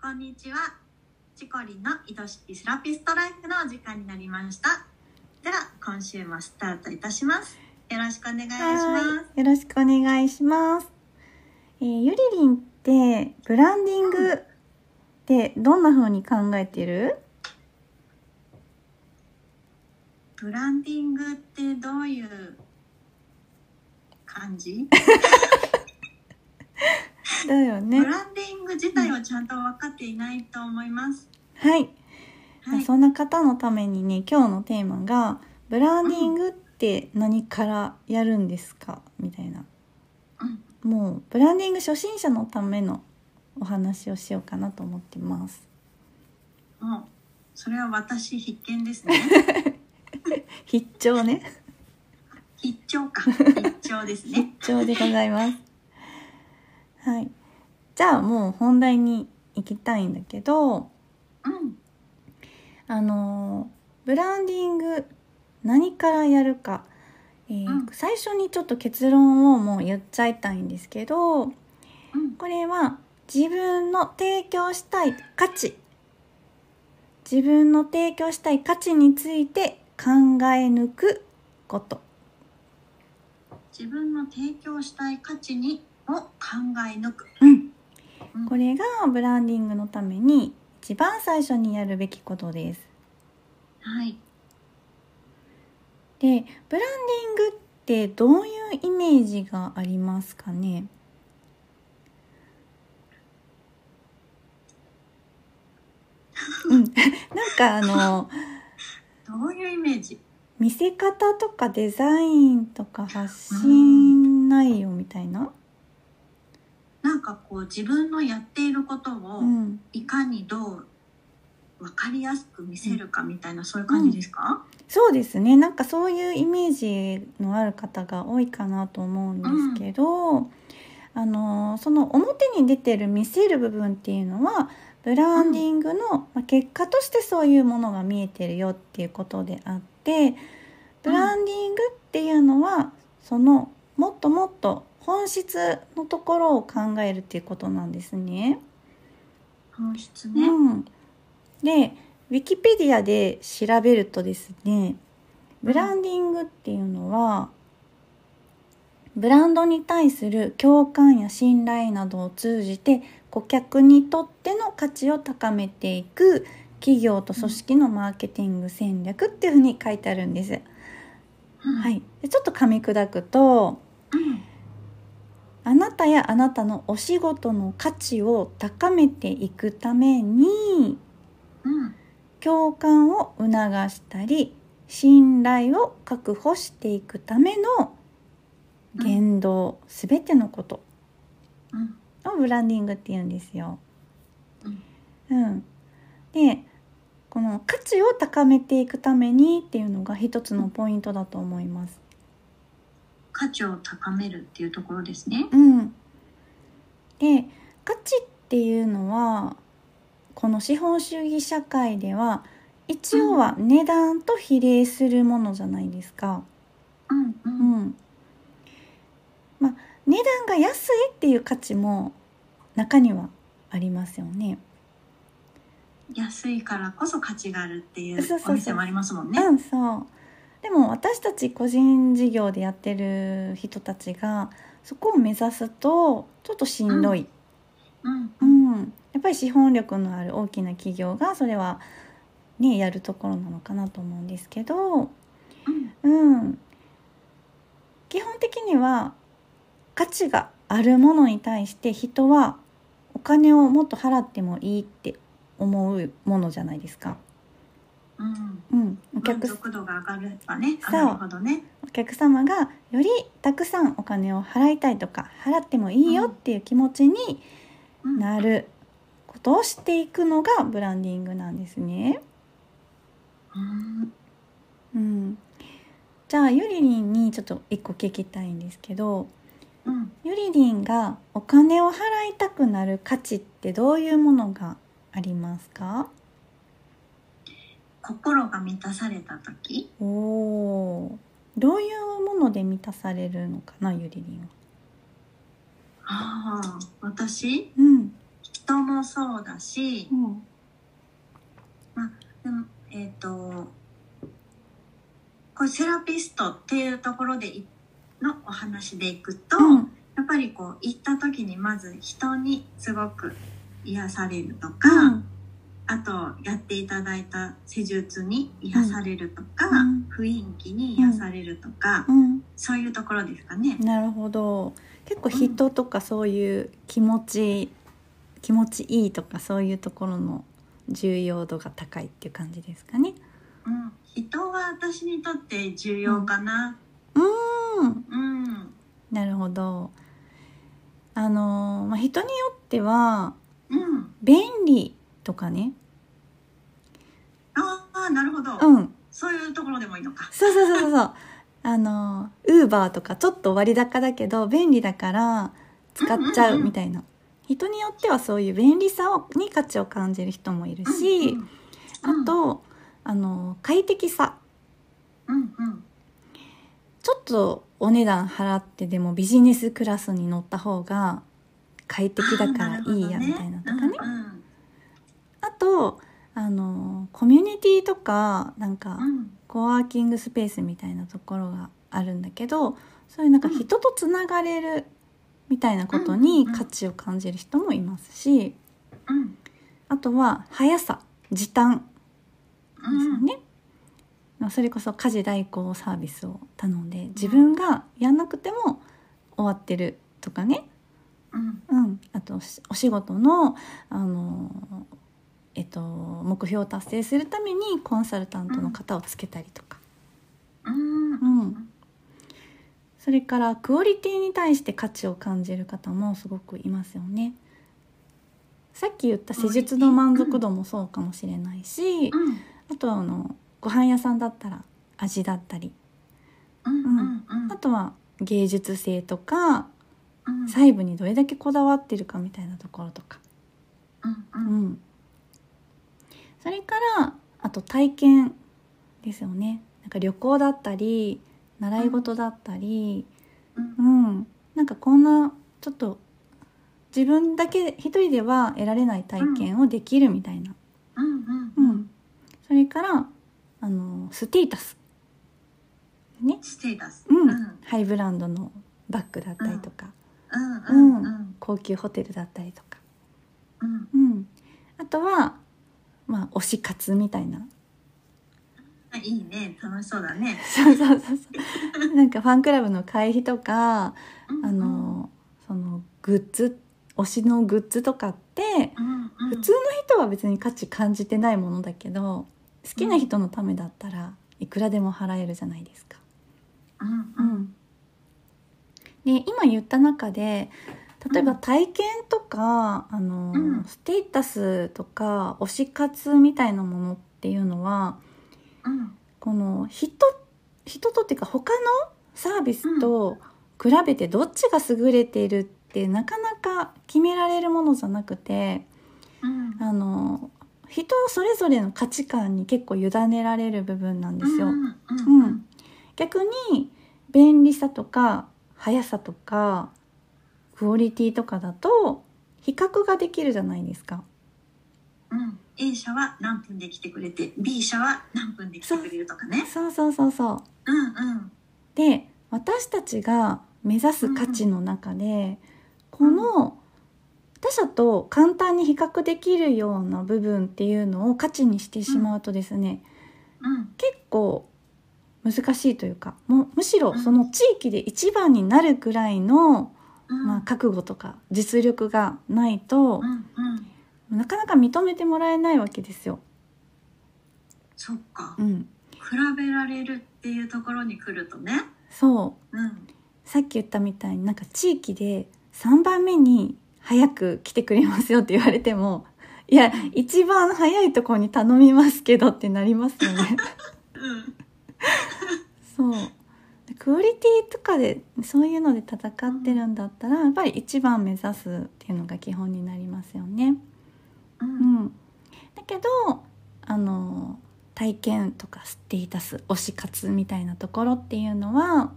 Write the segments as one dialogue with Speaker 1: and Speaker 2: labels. Speaker 1: こんにちは。チコリンの愛しきセラピストライフのお時間になりました。では、今週もスタートいたします。よろしくお願いします。
Speaker 2: はいよろしくお願いします。えー、ゆりりんってブランディングってどんな風に考えてる？
Speaker 1: ブランディングってどういう感じ、
Speaker 2: だよ
Speaker 1: ブ
Speaker 2: ね。
Speaker 1: ランディング自体はちゃんと分かっていないと思います。
Speaker 2: はい。
Speaker 1: はい。
Speaker 2: そんな方のためにね、今日のテーマがブランディングって何からやるんですかみたいな。
Speaker 1: うん
Speaker 2: もうブランディング初心者のためのお話をしようかなと思ってます。
Speaker 1: もう、それは私必見ですね。
Speaker 2: 必聴ね。
Speaker 1: 必聴か。必聴です
Speaker 2: 必
Speaker 1: ね。
Speaker 2: 聴でございます。はい。じゃあもう本題に行きたいんだけど、
Speaker 1: うん。
Speaker 2: あのーブランディング何からやるか、えー
Speaker 1: うん
Speaker 2: 最初にちょっと結論をもう言っちゃいたいんですけど、
Speaker 1: うん。
Speaker 2: これは自分の提供したい価値自分の提供したい価値について考え抜くこと
Speaker 1: 自分の提供したい価値にを考え抜く。うん
Speaker 2: これがブランディングのために一番最初にやるべきことです
Speaker 1: はい。
Speaker 2: でブランディングってどういうイメージがありますかねうん なんかあの
Speaker 1: どういうイメージ
Speaker 2: 見せ方とかデザインとか発信内容みたいな、
Speaker 1: なんかこう自分のやっていることを
Speaker 2: うん、
Speaker 1: いかにどう分かりやすく見せるかみたいなそういう感じですか、
Speaker 2: そうですねなんかそういうイメージのある方が多いかなと思うんですけど、あのその表に出てる見せる部分っていうのはブランディングの、まあ結果としてそういうものが見えてるよっていうことであってブランディングっていうのはそのもっともっと本質のところを考えるっていうことなんですね。
Speaker 1: 本質ね、
Speaker 2: うん、でウィキペディアで調べるとですねブランディングっていうのはブランドに対する共感や信頼などを通じて顧客にとっての価値を高めていく企業と組織のマーケティング戦略っていうふうに書いてあるんです。
Speaker 1: うん
Speaker 2: はい、でちょっと噛み砕くと
Speaker 1: うん
Speaker 2: あなたやあなたのお仕事の価値を高めていくために
Speaker 1: うん
Speaker 2: 共感を促したり信頼を確保していくための言動すべてのこと
Speaker 1: うん
Speaker 2: をブランディングって言うんですよ。
Speaker 1: うん
Speaker 2: うん、でこの価値を高めていくためにっていうのが一つのポイントだと思います。
Speaker 1: 価値を高めるっていうところですね
Speaker 2: うん、で価値っていうのはこの資本主義社会では一応は値段と比例するものじゃないですか。
Speaker 1: うんう
Speaker 2: うんん、まあ値段が安いっていう価値も中にはありますよね。
Speaker 1: 安いからこそ価値があるってい
Speaker 2: そうそう
Speaker 1: う
Speaker 2: そ
Speaker 1: お
Speaker 2: う
Speaker 1: 店もありますもんね
Speaker 2: うんそうでも私たち個人事業でやってる人たちがそこを目指すとちょっとしんどい、
Speaker 1: うん
Speaker 2: う
Speaker 1: うん
Speaker 2: んやっぱり資本力のある大きな企業がそれは、ね、やるところなのかなと思うんですけど、
Speaker 1: うん
Speaker 2: うん、基本的には価値があるものに対して人はお金をもっと払ってもいいって思うものじゃないですか。
Speaker 1: うん
Speaker 2: うん、お
Speaker 1: 満
Speaker 2: 客さん
Speaker 1: 足度が上がればね
Speaker 2: そう
Speaker 1: 上がるほどね
Speaker 2: お客様がよりたくさんお金を払いたいとか払ってもいいよっていう気持ちに
Speaker 1: うん
Speaker 2: なることをしていくのがブランディングなんですね。
Speaker 1: うん
Speaker 2: うん、じゃあゆりりんにちょっと一個聞きたいんですけど
Speaker 1: うん
Speaker 2: ゆりりんがお金を払いたくなる価値ってどういうものがありますか
Speaker 1: 心が満たされた時
Speaker 2: おおーどういうもので満たされるのかなゆりりんは。
Speaker 1: ああ私
Speaker 2: うん、
Speaker 1: 人もそうだし
Speaker 2: う、ん
Speaker 1: でもえっ、とこうセラピストっていうところでいのお話でいくと、
Speaker 2: うん
Speaker 1: やっぱりこう行った時にまず人にすごく癒されるとか、
Speaker 2: うん
Speaker 1: あとやっていただいた施術に癒されるとか、
Speaker 2: うん
Speaker 1: 雰囲気に癒されるとか、
Speaker 2: うん
Speaker 1: そういうところですかね。
Speaker 2: なるほど結構人とかそういう気持ち、気持ちいいとかそういうところの重要度が高いっていう感じですかね。
Speaker 1: うん、人は私にとって重要かな。
Speaker 2: うん
Speaker 1: うん、
Speaker 2: なるほどあの、まあ、人によっては
Speaker 1: うん、
Speaker 2: 便利とかね
Speaker 1: ああ、なるほど、
Speaker 2: うん
Speaker 1: そういうところでもいいのか。
Speaker 2: そうそうそうそうそう あのウーバーとかちょっと割高だけど便利だから使っちゃうみたいな、人によってはそういう便利さをに価値を感じる人もいるし、
Speaker 1: うんうん
Speaker 2: あ、とあの快適さ
Speaker 1: うんうん、
Speaker 2: ちょっとお値段払ってでもビジネスクラスに乗った方が快適だからいいやみたいなとかね。
Speaker 1: あーなるほどね
Speaker 2: あとあのコミュニティとかなんか
Speaker 1: うんうん
Speaker 2: コワーキングスペースみたいなところがあるんだけどそういうなんか
Speaker 1: うん
Speaker 2: 人とつながれるみたいなこと
Speaker 1: うんう
Speaker 2: に
Speaker 1: んうん
Speaker 2: 価値を感じる人もいますし
Speaker 1: うん
Speaker 2: あとは速さ時短で
Speaker 1: う
Speaker 2: すよ
Speaker 1: ん
Speaker 2: ね、まあそれこそ家事代行サービスを頼んで自分がやんなくても終わってるとかね、
Speaker 1: うん
Speaker 2: うん、あとしお仕事のあの、えっと、目標を達成するためにコンサルタントの方をつけたりとか、
Speaker 1: うん
Speaker 2: うんそれからクオリティに対して価値を感じる方もすごくいますよね。さっき言った施術の満足度もそうかもしれないし、
Speaker 1: うん
Speaker 2: あとはあのご飯屋さんだったら味だったり
Speaker 1: うんうんうん
Speaker 2: あとは芸術性とか
Speaker 1: うん
Speaker 2: 細部にどれだけこだわってるかみたいなところとか、
Speaker 1: うんう
Speaker 2: うんん、それからあと体験ですよねなんか旅行だったり習い事だったり、
Speaker 1: うん
Speaker 2: うん、なんかこんなちょっと自分だけ一人では得られない体験をできるみたいな、
Speaker 1: うん
Speaker 2: う
Speaker 1: うんん
Speaker 2: それからあのステータスね
Speaker 1: ステータス
Speaker 2: うん
Speaker 1: うん
Speaker 2: ハイブランドのバッグだったりとか、
Speaker 1: うんうんうん
Speaker 2: 高級ホテルだったりとか、
Speaker 1: うん
Speaker 2: うん、あとは、まあ、推し活みたいな
Speaker 1: あいいね楽しそうだね
Speaker 2: そうそうそうそうなんかファンクラブの会費とか
Speaker 1: うん
Speaker 2: あのそのグッズ推しのグッズとかって
Speaker 1: うんうん
Speaker 2: 普通の人は別に価値感じてないものだけど好きな人のためだったらいくらでも払えるじゃないですか。
Speaker 1: うん
Speaker 2: う
Speaker 1: うん
Speaker 2: ん、で今言った中で例えば
Speaker 1: うん
Speaker 2: 体験とか、あの
Speaker 1: うん
Speaker 2: ステータスとか推し活みたいなものっていうのは
Speaker 1: うん
Speaker 2: この人人とっていうか他のサービスと比べてどっちが優れているってなかなか決められるものじゃなくて
Speaker 1: うん
Speaker 2: あの人それぞれの価値観に結構委ねられる部分なんですよ。
Speaker 1: うんう
Speaker 2: うんん、逆に便利さとか速さとかクオリティとかだと比較ができるじゃないですか。
Speaker 1: うん、A 社は何分で来てくれて B 社は何分で来てくれるとかね
Speaker 2: そうそうそうそ
Speaker 1: う
Speaker 2: う。
Speaker 1: んうん
Speaker 2: で私たちが目指す価値の中で、この他者と簡単に比較できるような部分っていうのを価値にしてしまうとですね、
Speaker 1: うん
Speaker 2: 結構難しいというかもうむしろその地域で一番になるくらいの
Speaker 1: うん
Speaker 2: まあ、覚悟とか実力がないと
Speaker 1: う、んうん
Speaker 2: なかなか認めてもらえないわけですよ。
Speaker 1: そっか
Speaker 2: うん、
Speaker 1: 比べられるっていうところに来るとね
Speaker 2: そう
Speaker 1: うん
Speaker 2: さっき言ったみたいになんか地域で3番目に早く来てくれますよって言われてもいや一番早いところに頼みますけどってなりますよね。
Speaker 1: うん
Speaker 2: そうクオリティとかでそういうので戦ってるんだったらやっぱり一番目指すっていうのが基本になりますよね。
Speaker 1: う
Speaker 2: うんん、だけどあの体験とかステータス推し活みたいなところっていうのは、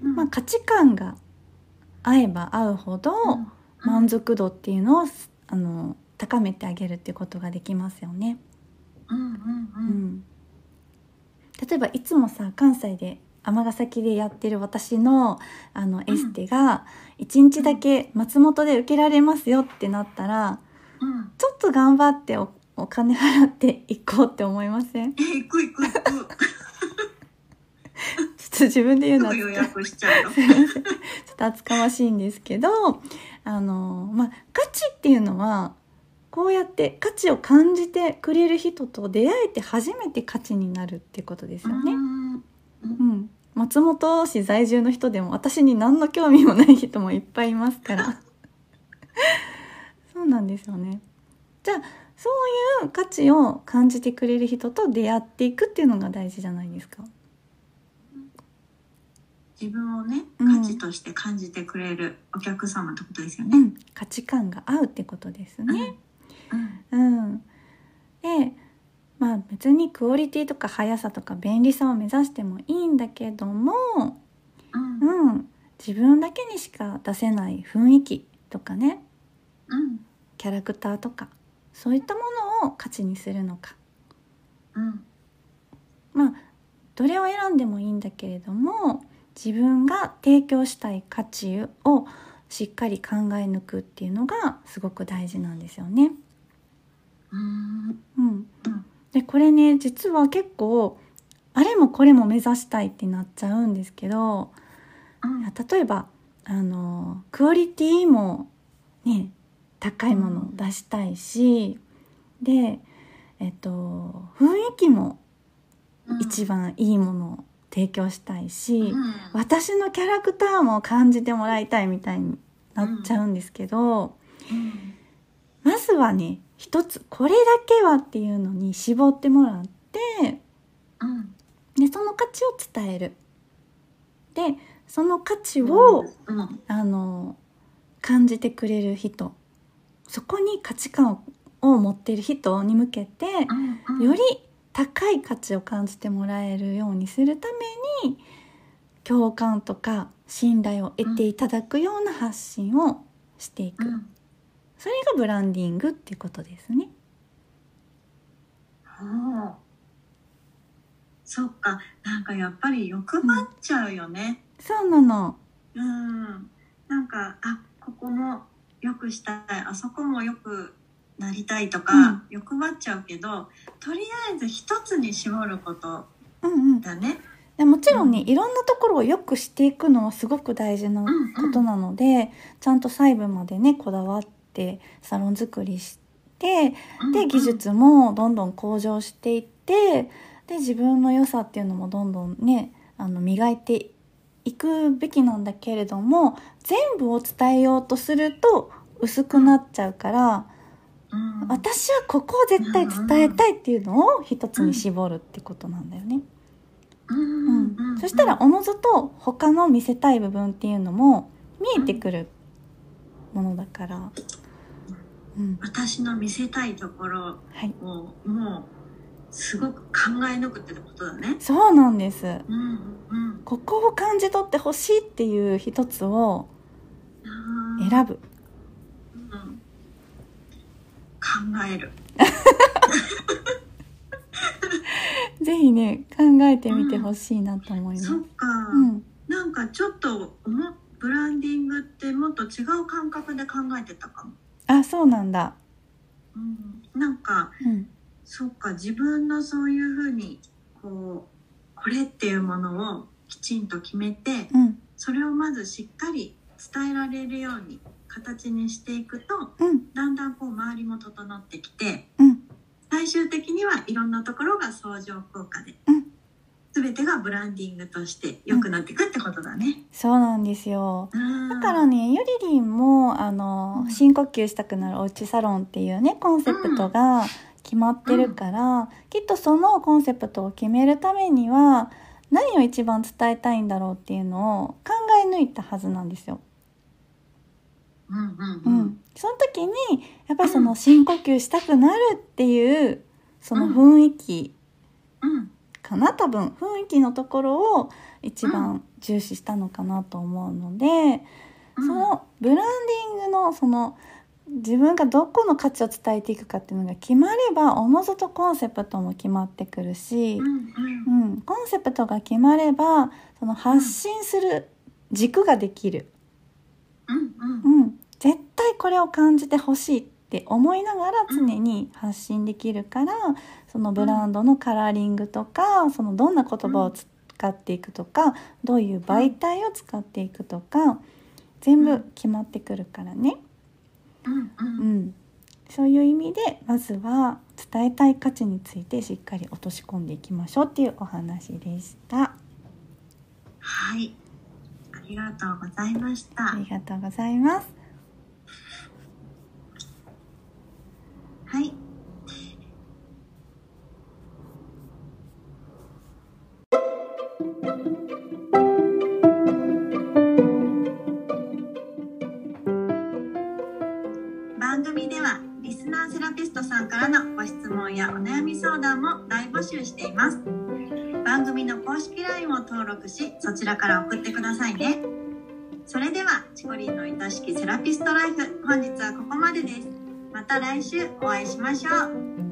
Speaker 1: うん
Speaker 2: まあ、価値観が合えば合うほど
Speaker 1: うん
Speaker 2: 満足度っていうのを、あの高めてあげるっていうことができますよね。
Speaker 1: うんうん
Speaker 2: う
Speaker 1: うん。
Speaker 2: ん、例えばいつもさ関西で尼崎でやってる私のあのエステが1日だけ松本で受けられますよってなったら
Speaker 1: うん。
Speaker 2: ちょっと頑張っておお金払っていこうって思いません ちょ
Speaker 1: え、行く行く行く。
Speaker 2: っと自分で言う
Speaker 1: す
Speaker 2: のは
Speaker 1: ぐ
Speaker 2: ちょ
Speaker 1: 予
Speaker 2: っと
Speaker 1: 約しちゃうよ。
Speaker 2: ちょっと厚かましいんですけどあのまあ価値っていうのはこうやって価値を感じてくれる人と出会えて初めて価値になるってことですよね。
Speaker 1: うん
Speaker 2: うん、松本市在住の人でも私に何の興味もない人もいっぱいいますから そうなんですよねじゃあそういう価値を感じてくれる人と出会っていくっていうのが大事じゃないですか
Speaker 1: 自分をね、
Speaker 2: うん
Speaker 1: 価値として感じてくれるお客様ってことですよ
Speaker 2: う
Speaker 1: ね。
Speaker 2: ん価値観が合うってことですね、
Speaker 1: うん。
Speaker 2: うん、でまあ別にクオリティとか速さとか便利さを目指してもいいんだけども、
Speaker 1: うん。うん。
Speaker 2: うん、自分だけにしか出せない雰囲気とかね
Speaker 1: うん。
Speaker 2: キャラクターとかそういったものを価値にするのか
Speaker 1: うん。
Speaker 2: まあどれを選んでもいいんだけれども自分が提供したい価値をしっかり考え抜くっていうのがすごく大事なんですよね。
Speaker 1: うん。
Speaker 2: うん
Speaker 1: うん、
Speaker 2: でこれね実は結構あれもこれも目指したいってなっちゃうんですけど
Speaker 1: うん。
Speaker 2: 例えばあのクオリティもね高いものを出したいし、でえっと雰囲気も一番いいものを提供したいし、
Speaker 1: うん
Speaker 2: 私のキャラクターも感じてもらいたいみたいになっちゃうんですけど、
Speaker 1: うん
Speaker 2: まずはね一つこれだけはっていうのに絞ってもらって
Speaker 1: うん
Speaker 2: でその価値を伝える。でその価値を、
Speaker 1: うん
Speaker 2: あの感じてくれる人そこに価値観を持っている人に向けて
Speaker 1: うんうん
Speaker 2: より高い価値を感じてもらえるようにするために共感とか信頼を得ていただくような発信をしていうく
Speaker 1: ん
Speaker 2: それがブランディングっていうことですね。
Speaker 1: おーそっかなんかやっぱり欲張っちゃうよね
Speaker 2: そうなの
Speaker 1: うん、なんかあここもよくしたいあそこもよくなりたいとか、欲張っちゃうけどとりあえず一つに絞ること
Speaker 2: うんうん、
Speaker 1: だね
Speaker 2: でもちろんね、
Speaker 1: うん
Speaker 2: いろんなところを良くしていくのはすごく大事な
Speaker 1: うんうん
Speaker 2: ことなので、ちゃんと細部までねこだわってサロン作りして
Speaker 1: うんう
Speaker 2: で
Speaker 1: ん
Speaker 2: 技術もどんどん向上していってで自分の良さっていうのもどんどんねあの磨いていくべきなんだけれども全部を伝えようとすると薄くなっちゃうから
Speaker 1: うん
Speaker 2: 私はここを絶対伝えたいっていうのを一つに絞るってことなんだよ
Speaker 1: う
Speaker 2: ね。
Speaker 1: んうんうんうん
Speaker 2: そしたらおのずと他の見せたい部分っていうのも見えてくるものだから、うん、
Speaker 1: 私の見せたいところ
Speaker 2: はい
Speaker 1: をもうすごく考え抜くってことだね
Speaker 2: そうなんです
Speaker 1: うんうん
Speaker 2: ここを感じ取ってほしいっていう一つを
Speaker 1: あー
Speaker 2: 選ぶ
Speaker 1: うん考える。
Speaker 2: ぜひね考えてみてほしいなと思います、
Speaker 1: そっか、
Speaker 2: うん、
Speaker 1: なんかちょっとおもブランディングってもっと違う感覚で考えてたかも。
Speaker 2: あそうなんだ、
Speaker 1: うん、なんか
Speaker 2: うん、
Speaker 1: そっか自分のそういうふうにこうこれっていうものをきちんと決めて
Speaker 2: うん
Speaker 1: それをまずしっかり伝えられるように形にしていくと
Speaker 2: うん
Speaker 1: だんだんこう周りも整ってきて
Speaker 2: うん
Speaker 1: 最終的にはいろんなところが相乗効果で、
Speaker 2: うん
Speaker 1: 全てがブランディングとして良くなっていくってことだね。
Speaker 2: そうなんですよ
Speaker 1: だ
Speaker 2: だからねゆりりんもあの
Speaker 1: うん
Speaker 2: 深呼吸したくなるおうちサロンっていうねコンセプトが決まってるから、きっとそのコンセプトを決めるためには何を一番伝えたいんだろうっていうのを考え抜いたはずなんですよ。
Speaker 1: うんうん
Speaker 2: う
Speaker 1: うんん
Speaker 2: その時にやっぱりそうの
Speaker 1: ん
Speaker 2: 深呼吸したくなるっていうその雰囲気
Speaker 1: うん
Speaker 2: かな多分雰囲気のところを一番重視したのかなと思うので。
Speaker 1: う
Speaker 2: そ
Speaker 1: ん
Speaker 2: のブランディングのその自分がどこの価値を伝えていくかっていうのが決まればおのずとコンセプトも決まってくるし、
Speaker 1: うん
Speaker 2: うん、コンセプトが決まればその発信する軸ができる、
Speaker 1: うんうん
Speaker 2: うん、絶対これを感じてほしいって思いながら常に発信できるから、そのブランドのカラーリングとかそのどんな言葉を使っていくとかどういう媒体を使っていくとか全部決まってくるからね、
Speaker 1: うんう
Speaker 2: うんん、そういう意味でまずは伝えたい価値についてしっかり落とし込んでいきましょうっていうお話でした。
Speaker 1: はいありがとうございました
Speaker 2: ありがとうございます。
Speaker 1: はい番組ではリスナーセラピストさんからのご質問やお悩み相談も大募集しています番組の公式 LINE を登録しそちらから送ってくださいねそれではチコリンの愛しきセラピストライフ本日はここまでですまた来週お会いしましょう